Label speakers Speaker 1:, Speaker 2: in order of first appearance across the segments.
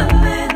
Speaker 1: Extremamente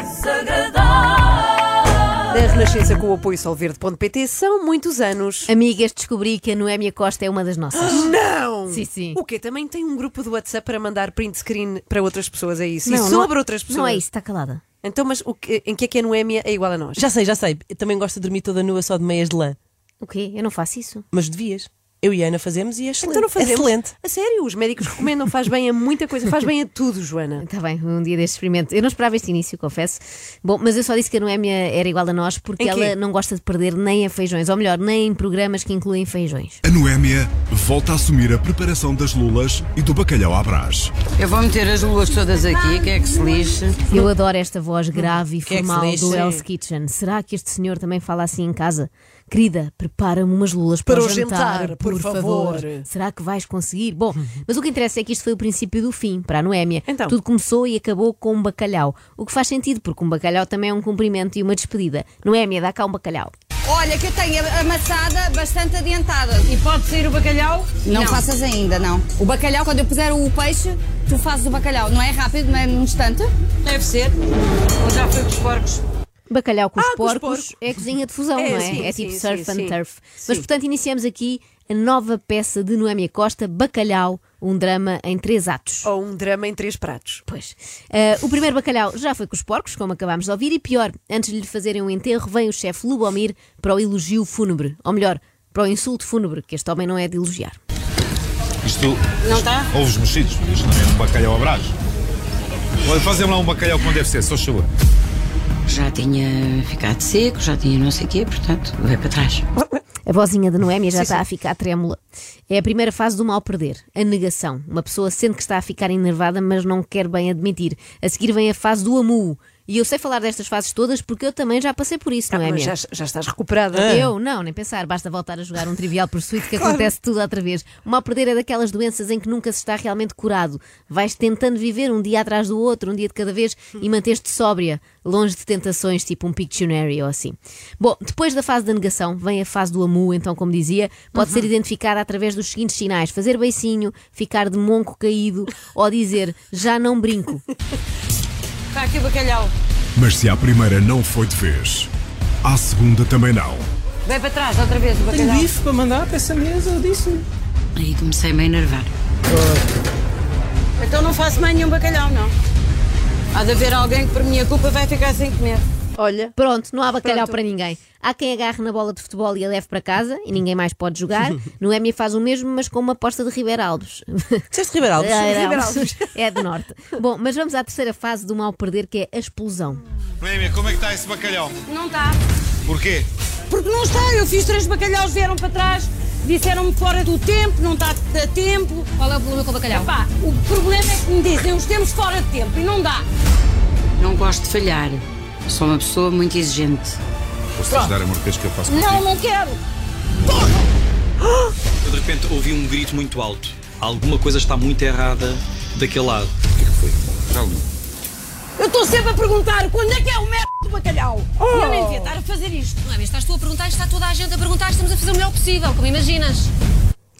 Speaker 1: desagradável.
Speaker 2: Na Renascença com o apoio Solverde.pt são muitos anos.
Speaker 3: Amigas, descobri que a Noémia Costa é uma das
Speaker 2: Ah,
Speaker 3: nossas.
Speaker 2: Não!
Speaker 3: Sim, sim.
Speaker 2: O quê? Também tem um grupo do WhatsApp para mandar print screen para outras pessoas, é isso?
Speaker 3: Não,
Speaker 2: e
Speaker 3: não-
Speaker 2: sobre outras pessoas.
Speaker 3: Não é isso, está calada.
Speaker 2: Então, mas o que- em que é que a Noémia é igual a nós?
Speaker 4: Já sei, já sei. Eu também gosto de dormir toda nua só de meias de lã.
Speaker 3: O quê? Eu não faço isso.
Speaker 4: Mas devias. Eu e a Ana fazemos e é excelente.
Speaker 2: Então não fazemos.
Speaker 4: Excelente.
Speaker 2: A sério, os médicos recomendam, faz bem a muita coisa, faz bem a tudo, Joana.
Speaker 3: Está bem, um dia deste experimento. Eu não esperava este início, confesso. Bom, mas eu só disse que a Noémia era igual a nós porque
Speaker 2: Em quê?
Speaker 3: ela não gosta de perder nem a feijões. Ou melhor, nem em programas que incluem feijões.
Speaker 5: A Noémia volta a assumir a preparação das lulas e do bacalhau à brás.
Speaker 6: Eu vou meter as luas todas aqui, que é que se lixe.
Speaker 3: Eu adoro esta voz
Speaker 2: Hum.
Speaker 3: grave e
Speaker 4: é que se
Speaker 3: formal
Speaker 4: diz?
Speaker 3: do
Speaker 4: Sim.
Speaker 3: Hell's Kitchen. Será que este senhor também fala assim em casa? Querida, prepara-me umas lulas para,
Speaker 2: Para
Speaker 3: o
Speaker 2: o jantar,
Speaker 3: por,
Speaker 2: por favor.
Speaker 3: favor. Será que vais conseguir? Bom, mas o que interessa é que isto foi o princípio do fim para a Noémia.
Speaker 2: Então.
Speaker 3: Tudo começou e acabou com um bacalhau. O que faz sentido, porque um bacalhau também é um cumprimento e uma despedida. Noémia, dá cá um bacalhau.
Speaker 7: Olha, que eu tenho a amassada bastante adiantada.
Speaker 6: E pode sair o bacalhau?
Speaker 7: Não, faças ainda, não. O bacalhau, quando eu puser o peixe, tu fazes o bacalhau. Não é rápido, não é num instante.
Speaker 6: Deve ser. Ou já foi com os porcos?
Speaker 3: Bacalhau com os,
Speaker 2: Ah, com os
Speaker 3: porcos,
Speaker 2: porcos.
Speaker 3: é cozinha de fusão,
Speaker 2: É,
Speaker 3: não é?
Speaker 2: sim,
Speaker 3: é
Speaker 2: sim,
Speaker 3: tipo
Speaker 2: sim,
Speaker 3: surf and
Speaker 2: sim.
Speaker 3: turf. Mas
Speaker 2: Sim.
Speaker 3: portanto iniciamos aqui a nova peça de Noémia Costa, Bacalhau, um drama em três atos.
Speaker 2: Ou um drama em três pratos.
Speaker 3: Pois. Ah, o primeiro bacalhau já foi com os porcos, como acabámos de ouvir, e pior, antes de lhe fazerem um enterro, vem o chefe Lubomir para o elogio fúnebre. Ou melhor, para o insulto fúnebre, que este homem não é de elogiar.
Speaker 8: Isto.
Speaker 6: Não tá?
Speaker 8: Ovos mexidos. Isto não é um bacalhau à brás. Olha, fazem lá um bacalhau como deve ser, só chuva.
Speaker 6: Já tinha ficado seco, já tinha não sei o quê, portanto, vai para trás.
Speaker 3: A vozinha da Noémia já está a ficar trêmula. É a primeira fase do mal perder, a negação. Uma pessoa sente que está a ficar enervada, mas não quer bem admitir. A seguir vem a fase do amuo. E eu sei falar destas fases todas porque eu também já passei por isso,
Speaker 2: Ah, mas
Speaker 3: Noémia.
Speaker 2: já, já estás recuperada.
Speaker 3: Eu? Não, nem pensar. Basta voltar a jogar um trivial pursuit que acontece tudo outra vez. O mal perder é daquelas doenças em que nunca se está realmente curado. Vais tentando viver um dia atrás do outro, um dia de cada vez, e manteste sóbria, longe de tentações tipo um Pictionary ou assim. Bom, depois da fase da negação, vem a fase do amu, então, como dizia, pode ser identificada através dos seguintes sinais: fazer beicinho, ficar de monco caído ou dizer já não brinco.
Speaker 6: Está
Speaker 7: Tá
Speaker 6: aqui o bacalhau.
Speaker 5: Mas se a primeira não foi de vez, à segunda também não.
Speaker 6: Vai para trás, outra vez o
Speaker 9: Tenho
Speaker 6: bacalhau.
Speaker 9: bife para mandar para essa mesa, eu disse-lhe.
Speaker 6: Aí comecei-me a enervar. Então não faço mais nenhum bacalhau, não. Há de haver alguém que, por minha culpa, vai ficar sem comer.
Speaker 2: Olha,
Speaker 3: Pronto, não há bacalhau para ninguém. Há quem agarre na bola de futebol e a leve para casa e ninguém mais pode jogar. Noémia faz o mesmo, mas com uma aposta de Ribeiro Alves.
Speaker 4: Disseste Ribeiro Alves?
Speaker 3: Ribeiro Alves. É do norte. Bom, mas vamos à terceira fase do mal perder, que é a explosão.
Speaker 8: Noémia, como é que está esse bacalhau?
Speaker 7: Não tá. está.
Speaker 8: Porquê?
Speaker 6: Porque não está, eu fiz três bacalhaus, vieram para trás, disseram-me fora do tempo, não está a tempo.
Speaker 7: Qual é o problema com o bacalhau?
Speaker 6: Pá, o problema é que me dizem os tempos fora de tempo e não dá. Não gosto de falhar. Sou uma pessoa muito exigente.
Speaker 8: Posso-te dar a morteza que eu faço
Speaker 6: Não, não quero.
Speaker 10: Eu, De repente ouvi um grito muito alto. Alguma coisa está muito errada daquele lado.
Speaker 8: O que é que foi? Calma.
Speaker 6: Eu estou sempre a perguntar quando é que é o merda do bacalhau. Eu nem devia estar a fazer isto.
Speaker 7: Não é, mas estás tu a perguntar, está toda a gente a perguntar, estamos a fazer o melhor possível, como imaginas.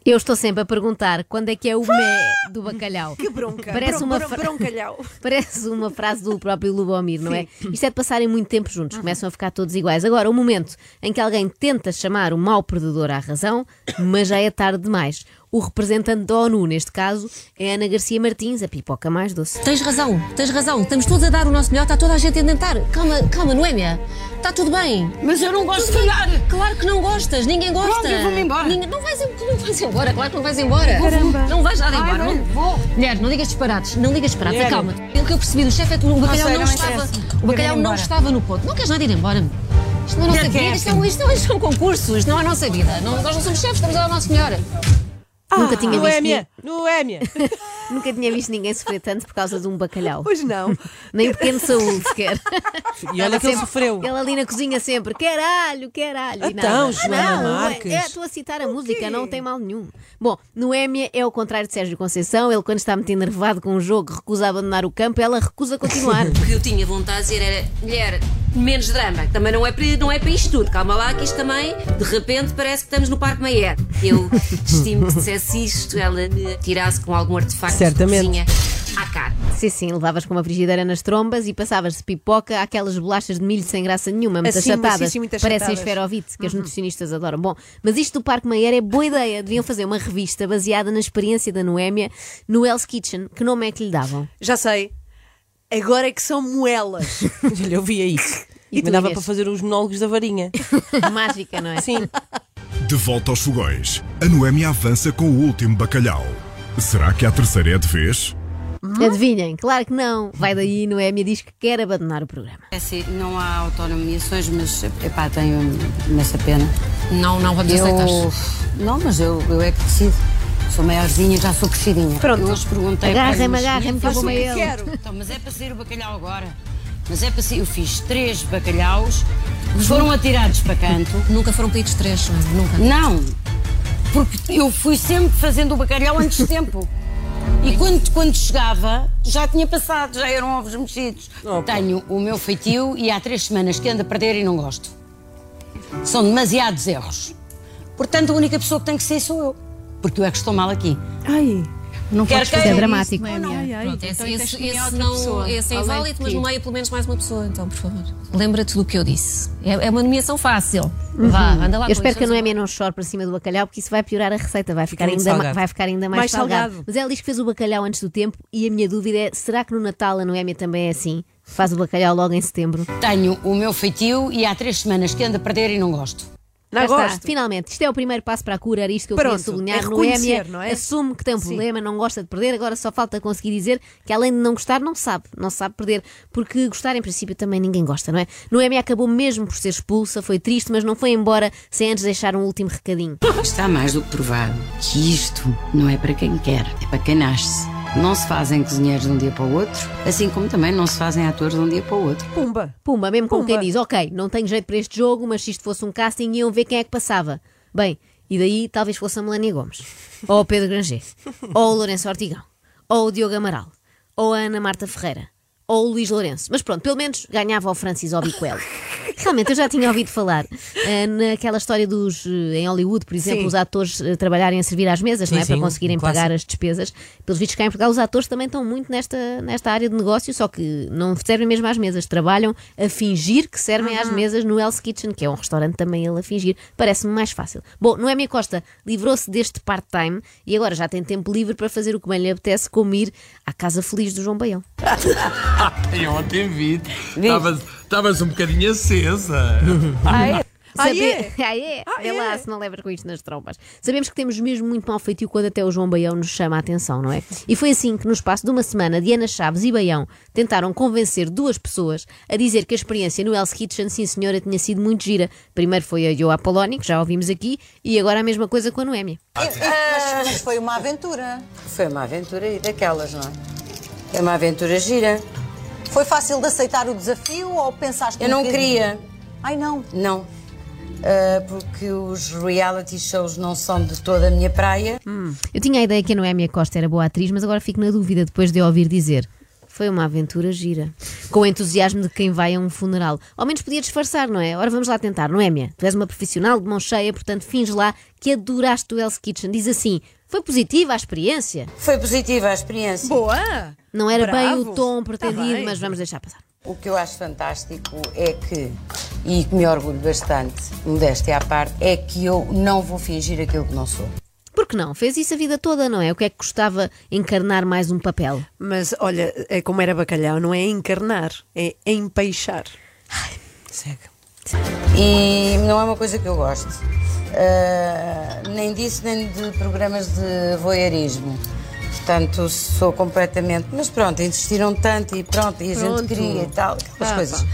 Speaker 3: Eu estou sempre a perguntar quando é que é o mé do bacalhau.
Speaker 2: que bronca.
Speaker 3: Parece
Speaker 2: Bron-
Speaker 3: uma
Speaker 2: bron-
Speaker 3: fra-
Speaker 2: broncalhau.
Speaker 3: Parece uma frase do próprio Lubomir, não é? Isto é de passarem muito tempo juntos, começam a ficar todos iguais. Agora, o momento em que alguém tenta chamar o mau perdedor à razão, mas já é tarde demais. O representante da ONU, neste caso, é Ana Garcia Martins, a pipoca mais doce.
Speaker 7: Tens razão, tens razão. Estamos todos a dar o nosso melhor, está toda a gente a tentar. Calma, calma, Noémia. Está tudo bem.
Speaker 6: Mas eu não gosto de falhar.
Speaker 7: Claro que não gostas, ninguém gosta.
Speaker 6: Pronto, eu vou-me embora.
Speaker 7: Ninguém- Não vais, não vais embora, claro que não vais embora. Não vais nada embora.
Speaker 6: Ai,
Speaker 7: não-
Speaker 6: vou.
Speaker 7: Mulher, não digas disparates, não digas disparates,
Speaker 6: Mulher.
Speaker 7: calma. O que eu percebi do chefe é que o bacalhau não,
Speaker 6: sei, não me
Speaker 7: estava.
Speaker 6: interessa.
Speaker 7: O bacalhau
Speaker 6: Quero ir
Speaker 7: não
Speaker 6: embora.
Speaker 7: estava no ponto. Não queres nada ir embora? Isto não é a nossa
Speaker 6: Mulher, quem
Speaker 7: vida,
Speaker 6: é
Speaker 7: isto, é, um- isto, é, isto são concursos, isto não é a
Speaker 2: Ah,
Speaker 7: nossa vida. Não- nós não somos chefes, estamos a dar o nosso melhor.
Speaker 2: é
Speaker 3: Nunca tinha visto.
Speaker 4: Noémia! Noémia!
Speaker 3: Nunca tinha visto ninguém sofrer tanto por causa de um bacalhau.
Speaker 2: Pois não.
Speaker 3: Nem pequeno Saúl sequer.
Speaker 4: E olha que ele sofreu.
Speaker 3: Ele ali na cozinha sempre, caralho, caralho. e nada.
Speaker 4: Então, Joana
Speaker 3: não,
Speaker 4: Marques.
Speaker 3: É, estou a citar a música, não tem mal nenhum. Bom, Noémia é o contrário de Sérgio Conceição. Ele, quando está muito enervado com o jogo, recusa abandonar o campo, ela recusa continuar.
Speaker 6: O que eu tinha vontade de dizer era, mulher, menos drama, que também não é, para, não é para isto tudo. Calma lá, que isto também, de repente, parece que estamos no Parque Mayer. Eu estimo que dissesse isto, ela me tirasse com algum artefacto
Speaker 4: Certamente.
Speaker 6: de cozinha à cara.
Speaker 3: Sim, sim, levavas com uma frigideira nas trombas e passavas de pipoca àquelas bolachas de milho sem graça nenhuma, muito
Speaker 2: Assim,
Speaker 3: achatadas.
Speaker 2: maciço e Uhum. muito
Speaker 3: Parecem
Speaker 2: achatadas.
Speaker 3: esferovite, que os nutricionistas adoram. Bom, mas isto do Parque Mayer é boa ideia. Deviam fazer uma revista baseada na experiência da Noémia no Hell's Kitchen. Que nome é que lhe davam?
Speaker 2: Já sei. Agora é que são moelas.
Speaker 4: Olha, eu via isso.
Speaker 3: E
Speaker 4: E
Speaker 3: tu,
Speaker 4: me dava
Speaker 3: Inês?
Speaker 4: para fazer os monólogos da varinha.
Speaker 3: Mágica, não é?
Speaker 4: Sim.
Speaker 5: De volta aos fogões, a Noémia avança com o último bacalhau. Será que a terceira é de vez?
Speaker 7: Uhum.
Speaker 3: Adivinhem, claro que não. Vai daí, Noémia diz que quer abandonar o programa.
Speaker 6: É assim, não há autonomiações, mas epá, tenho nessa pena. Não, não vamos eu... aceitar. Não, mas eu, eu é que decido. Sou maiorzinha, já sou crescidinha. Pronto. Eu hoje perguntei
Speaker 3: Agarrem-me,
Speaker 6: para eles,
Speaker 3: agarrem-me, que eu
Speaker 6: "Faz
Speaker 3: vou
Speaker 6: o
Speaker 3: a ele."
Speaker 6: Então, mas é para sair o bacalhau agora. Mas é para sair. Eu fiz três bacalhaus que foram atirados para canto.
Speaker 7: Nunca foram pedidos três, Joana, nunca.
Speaker 6: Não, porque eu fui sempre fazendo o bacalhau antes de tempo. E quando, quando chegava, já tinha passado, já eram ovos mexidos. Tenho o meu feitio e há três semanas que ando a perder e não gosto. São demasiados erros. Portanto, a única pessoa que tem que ser sou eu. Porque eu é que estou mal aqui.
Speaker 2: Ai.
Speaker 6: Não quero
Speaker 3: Isto é dramático.
Speaker 7: Pronto,
Speaker 2: Então,
Speaker 7: esse, esse, esse não, esse é inválido, mas nomeia pelo menos mais uma pessoa, então, por favor. Lembra-te do que eu disse. É, é uma nomeação fácil. Vá, anda lá
Speaker 3: Eu espero que a
Speaker 7: não é
Speaker 3: Noémia não chore para cima do bacalhau, porque isso vai piorar a receita, vai ficar,
Speaker 4: muito
Speaker 3: ainda, ma-
Speaker 4: salgado.
Speaker 3: vai ficar ainda mais,
Speaker 2: Mais
Speaker 3: salgado.
Speaker 2: salgado.
Speaker 3: Mas ela diz que fez o bacalhau antes do tempo e a minha dúvida é: será que no Natal a Noémia também é assim? Faz o bacalhau logo em setembro?
Speaker 6: Tenho o meu feitio e há três semanas que ando a perder e não gosto.
Speaker 2: Não
Speaker 3: Cá está,
Speaker 2: gosto.
Speaker 3: finalmente, isto é o primeiro passo para a cura, era isto que eu
Speaker 2: Pronto,
Speaker 3: queria sublinhar.
Speaker 2: é reconhecer,
Speaker 3: Noémia
Speaker 2: não é?
Speaker 3: assume que tem um problema, não gosta de perder, agora só falta conseguir dizer que além de não gostar, não sabe, não sabe perder, porque gostar em princípio também ninguém gosta, não é? Noémia acabou mesmo por ser expulsa, foi triste, mas não foi embora sem antes deixar um último recadinho.
Speaker 6: Está mais do que provado que isto não é para quem quer, é para quem nasce. Não se fazem cozinheiros de um dia para o outro, assim como também não se fazem atores de um dia para o outro.
Speaker 2: Pumba.
Speaker 3: Pumba, mesmo com quem
Speaker 2: Pumba.
Speaker 3: diz, ok, não tenho jeito para este jogo, mas se isto fosse um casting iam ver quem é que passava. Bem, e daí talvez fosse a Melania Gomes, ou o Pedro Granger, ou o Lourenço Ortigão, ou o Diogo Amaral, ou a Ana Marta Ferreira, ou o Luís Lourenço. Mas pronto, pelo menos ganhava o Francis Obiquel. Realmente, eu já tinha ouvido falar eh, naquela história dos, eh, em Hollywood, por exemplo,
Speaker 2: Sim.
Speaker 3: os atores eh, trabalharem a servir às mesas,
Speaker 4: Sim,
Speaker 3: não é? para
Speaker 4: sim,
Speaker 3: conseguirem
Speaker 4: um clássico.
Speaker 3: pagar as despesas. Pelos vistos cá em Portugal, os atores também estão muito nesta, nesta área de negócio, só que não servem mesmo às mesas. Trabalham a fingir que servem às mesas no Hell's Kitchen, que é um restaurante também ele a fingir. Parece-me mais fácil. Bom, Noémia Costa livrou-se deste part-time e agora já tem tempo livre para fazer o que bem lhe apetece, como ir à Casa Feliz do João Baião.
Speaker 9: Eu ontem vi. Estavas- Estavas um bocadinho acesa.
Speaker 2: Ah,
Speaker 3: Sabe-
Speaker 2: é?
Speaker 3: Ah, é?
Speaker 2: Ah,
Speaker 3: Vê lá
Speaker 2: é?
Speaker 3: se não levas com isto nas trombas. Sabemos que temos mesmo muito mau feitio quando até o João Baião nos chama a atenção, não é? E foi assim que, no espaço de uma semana, Diana Chaves e Baião tentaram convencer duas pessoas a dizer que a experiência no Hell's Kitchen, sim senhora, tinha sido muito gira. Primeiro foi a Joa Poloni, que já ouvimos aqui, e agora a mesma coisa com a Noémia.
Speaker 6: Mas foi uma aventura. Foi uma aventura e daquelas, não é? É uma aventura gira.
Speaker 11: Foi fácil de aceitar o desafio ou pensaste
Speaker 6: Eu
Speaker 11: um
Speaker 6: não
Speaker 11: bocadinho?
Speaker 6: queria.
Speaker 11: Ai não.
Speaker 6: Não. Ah, porque os reality shows não são de toda a minha praia.
Speaker 3: Eu tinha a ideia que a Noémia Costa era boa atriz, mas agora fico na dúvida depois de a ouvir dizer. Foi uma aventura gira. Com o entusiasmo de quem vai a um funeral. Ao menos podia disfarçar, não é? Ora, vamos lá tentar, Noémia. Tu és uma profissional de mão cheia, portanto finge lá que adoraste o Hell's Kitchen. Diz assim, foi positiva a experiência.
Speaker 6: Foi positiva a experiência.
Speaker 2: Boa.
Speaker 3: Não era
Speaker 2: Bravo.
Speaker 3: bem o tom
Speaker 2: Tá
Speaker 3: pretendido,
Speaker 2: bem.
Speaker 3: mas vamos deixar passar.
Speaker 6: O que eu acho fantástico é que, e que me orgulho bastante, modéstia à parte, é que eu não vou fingir aquilo que não sou.
Speaker 3: Por que não? Fez isso a vida toda, não é? O que é que custava encarnar mais um papel?
Speaker 2: Mas olha, é como era bacalhau, não é encarnar, é empeixar.
Speaker 4: Segue.
Speaker 6: E não é uma coisa que eu gosto. Ah, nem disso, nem de programas de voyeurismo. Portanto, sou completamente. Mas pronto, insistiram tanto e pronto, e a gente
Speaker 2: Pronto.
Speaker 6: queria e tal, aquelas
Speaker 2: Ah,
Speaker 6: coisas.
Speaker 2: pá.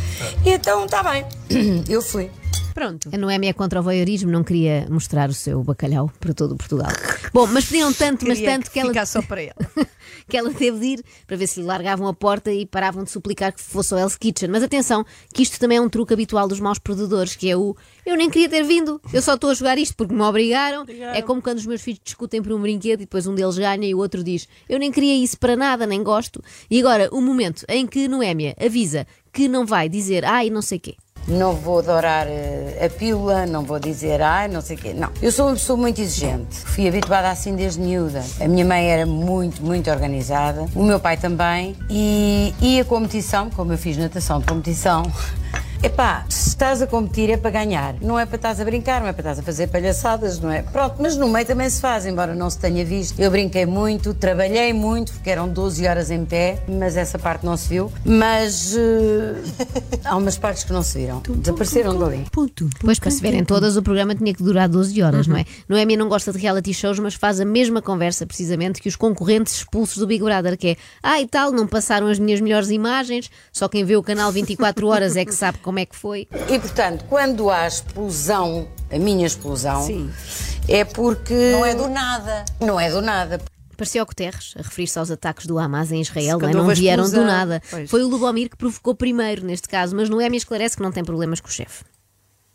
Speaker 6: E então, está bem. Eu fui.
Speaker 2: Pronto.
Speaker 3: A Noemi é contra o voyeurismo, não queria mostrar o seu bacalhau para todo o Portugal. Bom, mas pediam tanto, mas
Speaker 2: Queria
Speaker 3: tanto que,
Speaker 2: que
Speaker 3: ela.
Speaker 2: ficasse só para ela.
Speaker 3: que ela teve de ir para ver se lhe largavam a porta e paravam de suplicar que fosse ao Hell's Kitchen. Mas atenção, que isto também é um truque habitual dos maus perdedores, que é o eu nem queria ter vindo, eu só estou a jogar isto porque me obrigaram. É como quando os meus filhos discutem por um brinquedo e depois um deles ganha e o outro diz eu nem queria isso para nada, nem gosto. E agora, o momento em que Noémia avisa que não vai dizer ai não sei quê.
Speaker 6: Não vou adorar eh, a pílula, não vou dizer ai, não sei o quê. Não. Eu sou uma pessoa muito exigente. Fui habituada assim desde miúda. A minha mãe era muito, muito organizada. O meu pai também. E, e a competição, como eu fiz natação de competição. Epá, se estás a competir é para ganhar. Não é para estás a brincar, não é para estás a fazer palhaçadas, não é? Pronto, mas no meio também se faz, embora não se tenha visto. Eu brinquei muito, trabalhei muito, porque eram 12 horas em pé, mas essa parte não se viu. Mas eh, há umas partes que não se viram. Desapareceram dali.
Speaker 3: Pois, para se verem todas, o programa tinha que durar 12 horas, não é? Noémia não gosta de reality shows, mas faz a mesma conversa, precisamente, que os concorrentes expulsos do Big Brother, que é ah, e tal, não passaram as minhas melhores imagens, só quem vê o canal 24 horas é que sabe como é que foi.
Speaker 6: E portanto, quando há explosão, a minha explosão, é porque.
Speaker 11: Não é do nada.
Speaker 6: Não é do nada.
Speaker 3: Parecia ao Guterres, a referir-se aos ataques do Hamas em Israel, não, é?
Speaker 2: Quando
Speaker 3: não
Speaker 2: houve a
Speaker 3: vieram do
Speaker 2: explosão.
Speaker 3: nada.
Speaker 2: Pois.
Speaker 3: Foi o Lubomir que provocou primeiro, neste caso, mas Noémia esclarece que não tem problemas com o chefe.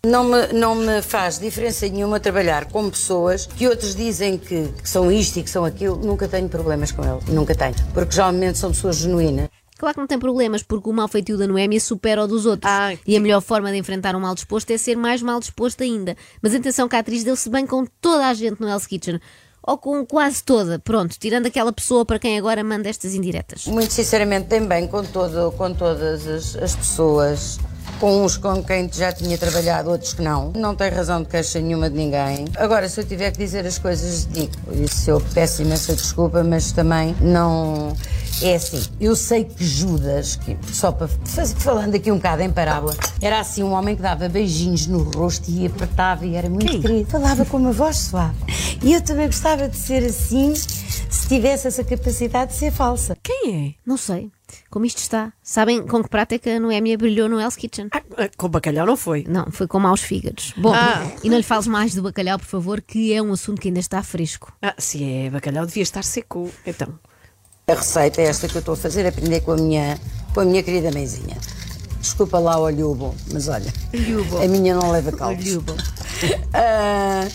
Speaker 6: Não me, não me faz diferença nenhuma trabalhar com pessoas que outros dizem que, que são isto e que são aquilo. Nunca tenho problemas com ele. Nunca tenho. Porque geralmente são pessoas genuínas.
Speaker 3: Claro que não tem problemas, porque o mal feitio da Noémia supera o dos outros.
Speaker 2: Ah,
Speaker 3: e a melhor forma de enfrentar um mal disposto é ser mais mal disposto ainda. Mas atenção que a atriz deu-se bem com toda a gente no Hell's Kitchen. Ou com quase toda, pronto, tirando aquela pessoa para quem agora manda estas indiretas.
Speaker 6: Muito sinceramente, tem bem com, todo, com todas as, as pessoas. Com uns com quem já tinha trabalhado, outros que não. Não tem razão de queixa nenhuma de ninguém. Agora, se eu tiver que dizer as coisas, digo. Por isso eu peço imensa desculpa, mas também não. É assim, eu sei que Judas, que só para faz- falando aqui um bocado em parábola, era assim um homem que dava beijinhos no rosto e apertava e era muito querido. Falava com uma voz suave. E eu também gostava de ser assim, se tivesse essa capacidade de ser falsa.
Speaker 2: Quem é?
Speaker 3: Não sei. Como isto está? Sabem com que prática a Noémia brilhou no Hell's Kitchen?
Speaker 2: Ah, Com bacalhau não foi.
Speaker 3: Não, foi com maus fígados. Bom,
Speaker 2: Ah.
Speaker 3: e não lhe fales mais do bacalhau, por favor, que é um assunto que ainda está fresco.
Speaker 2: Ah, se é bacalhau, devia estar seco. Então.
Speaker 6: A receita é esta que eu estou a fazer, aprender com a minha, com a minha querida mãezinha. Desculpa lá o olhubo, mas olha,
Speaker 2: Olhubo.
Speaker 6: a minha não leva caldos.
Speaker 2: Olhubo.
Speaker 6: Ah,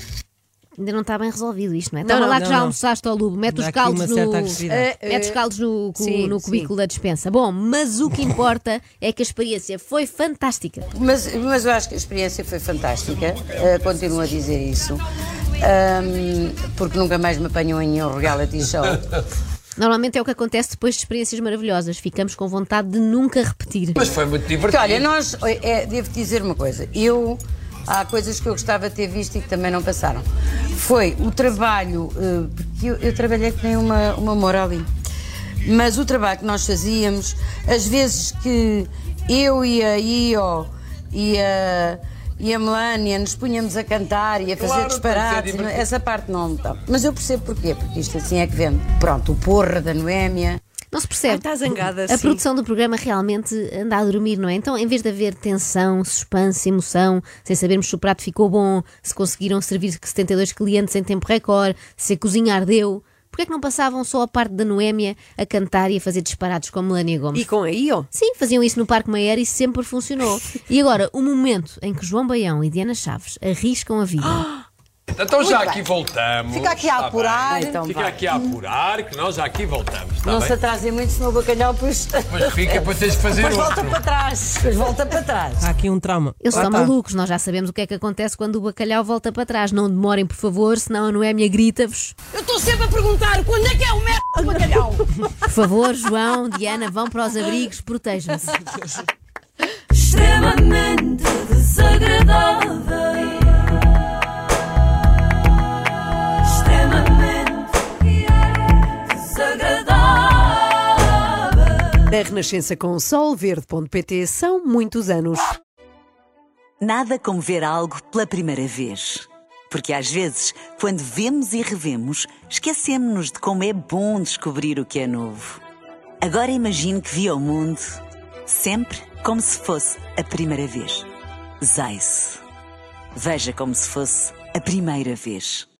Speaker 3: Ainda não está bem resolvido isto, não é?
Speaker 2: Não,
Speaker 3: Toma
Speaker 2: não,
Speaker 3: lá que
Speaker 2: não,
Speaker 3: já
Speaker 2: não.
Speaker 3: almoçaste ao lubo, mete
Speaker 4: Dá
Speaker 3: os
Speaker 4: aqui
Speaker 3: caldos
Speaker 4: uma
Speaker 3: no.
Speaker 4: certa agressividade.
Speaker 3: Eh, eh, Mete os caldos no, cu-
Speaker 2: Sim,
Speaker 3: no cubículo da dispensa. Bom, mas o que importa é que a experiência foi fantástica.
Speaker 6: mas, mas eu acho que a experiência foi fantástica, ah, continuo a dizer isso, Ahm, porque nunca mais me apanham em nenhum reality show.
Speaker 3: Normalmente é o que acontece depois de experiências maravilhosas. Ficamos com vontade de nunca repetir.
Speaker 9: Mas foi muito
Speaker 6: Porque
Speaker 9: divertido.
Speaker 6: olha, nós, é, devo dizer uma coisa, eu, há coisas que eu gostava de ter visto e que também não passaram. Foi o trabalho, eh, porque eu, eu trabalhei que nem uma, uma mora ali, mas o trabalho que nós fazíamos, as vezes que eu e a Io e a, e a Melania nos punhamos a cantar e a fazer
Speaker 9: Claro, tem
Speaker 6: disparates,
Speaker 9: que ser
Speaker 6: não- é? essa parte não. Tá. Mas eu percebo porquê, porque isto assim é que vende. Pronto, o porra da Noémia.
Speaker 3: Não se percebe.
Speaker 2: Ah, está zangada,
Speaker 3: A
Speaker 2: sim.
Speaker 3: produção do programa realmente anda a dormir, não é? Então, em vez de haver tensão, suspense, emoção, sem sabermos se o prato ficou bom, se conseguiram servir 72 clientes em tempo recorde, se a cozinha ardeu, porquê é que não passavam só a parte da Noémia a cantar e a fazer disparados com a Melania Gomes?
Speaker 2: E com a Io?
Speaker 3: Sim, faziam isso no Parque Maier e sempre funcionou. E agora, o momento em que João Baião e Diana Chaves arriscam a vida.
Speaker 2: Ah!
Speaker 9: Então já aqui voltamos.
Speaker 11: Fica aqui a
Speaker 9: está bem?
Speaker 11: apurar.
Speaker 6: Então
Speaker 9: Fica
Speaker 6: vá.
Speaker 9: aqui a apurar, que nós já aqui voltamos, está
Speaker 6: Não
Speaker 9: bem?
Speaker 6: se atrasem muito, senão o bacalhau depois,
Speaker 9: Mas fica, depois tens de fazer
Speaker 6: depois volta
Speaker 9: outro.
Speaker 6: para trás. Depois volta para trás.
Speaker 4: Há aqui um trauma.
Speaker 3: Eles
Speaker 4: Lá
Speaker 3: são
Speaker 4: está.
Speaker 3: malucos, nós já sabemos o que é que acontece quando o bacalhau volta para trás. Não demorem, por favor, senão é a Noémia grita-vos.
Speaker 11: Eu estou sempre a perguntar quando é que é o merda do bacalhau?
Speaker 3: Por favor, João, Diana, vão para os abrigos, protejam-se.
Speaker 1: extremamente desagradável, extremamente desagradável.
Speaker 2: Da Renascença com solverde.pt são muitos anos.
Speaker 12: Nada como ver algo pela primeira vez. Porque às vezes, quando vemos e revemos, esquecemos-nos de como é bom descobrir o que é novo. Agora imagine que viu o mundo sempre como se fosse a primeira vez. Zais. Veja como se fosse a primeira vez.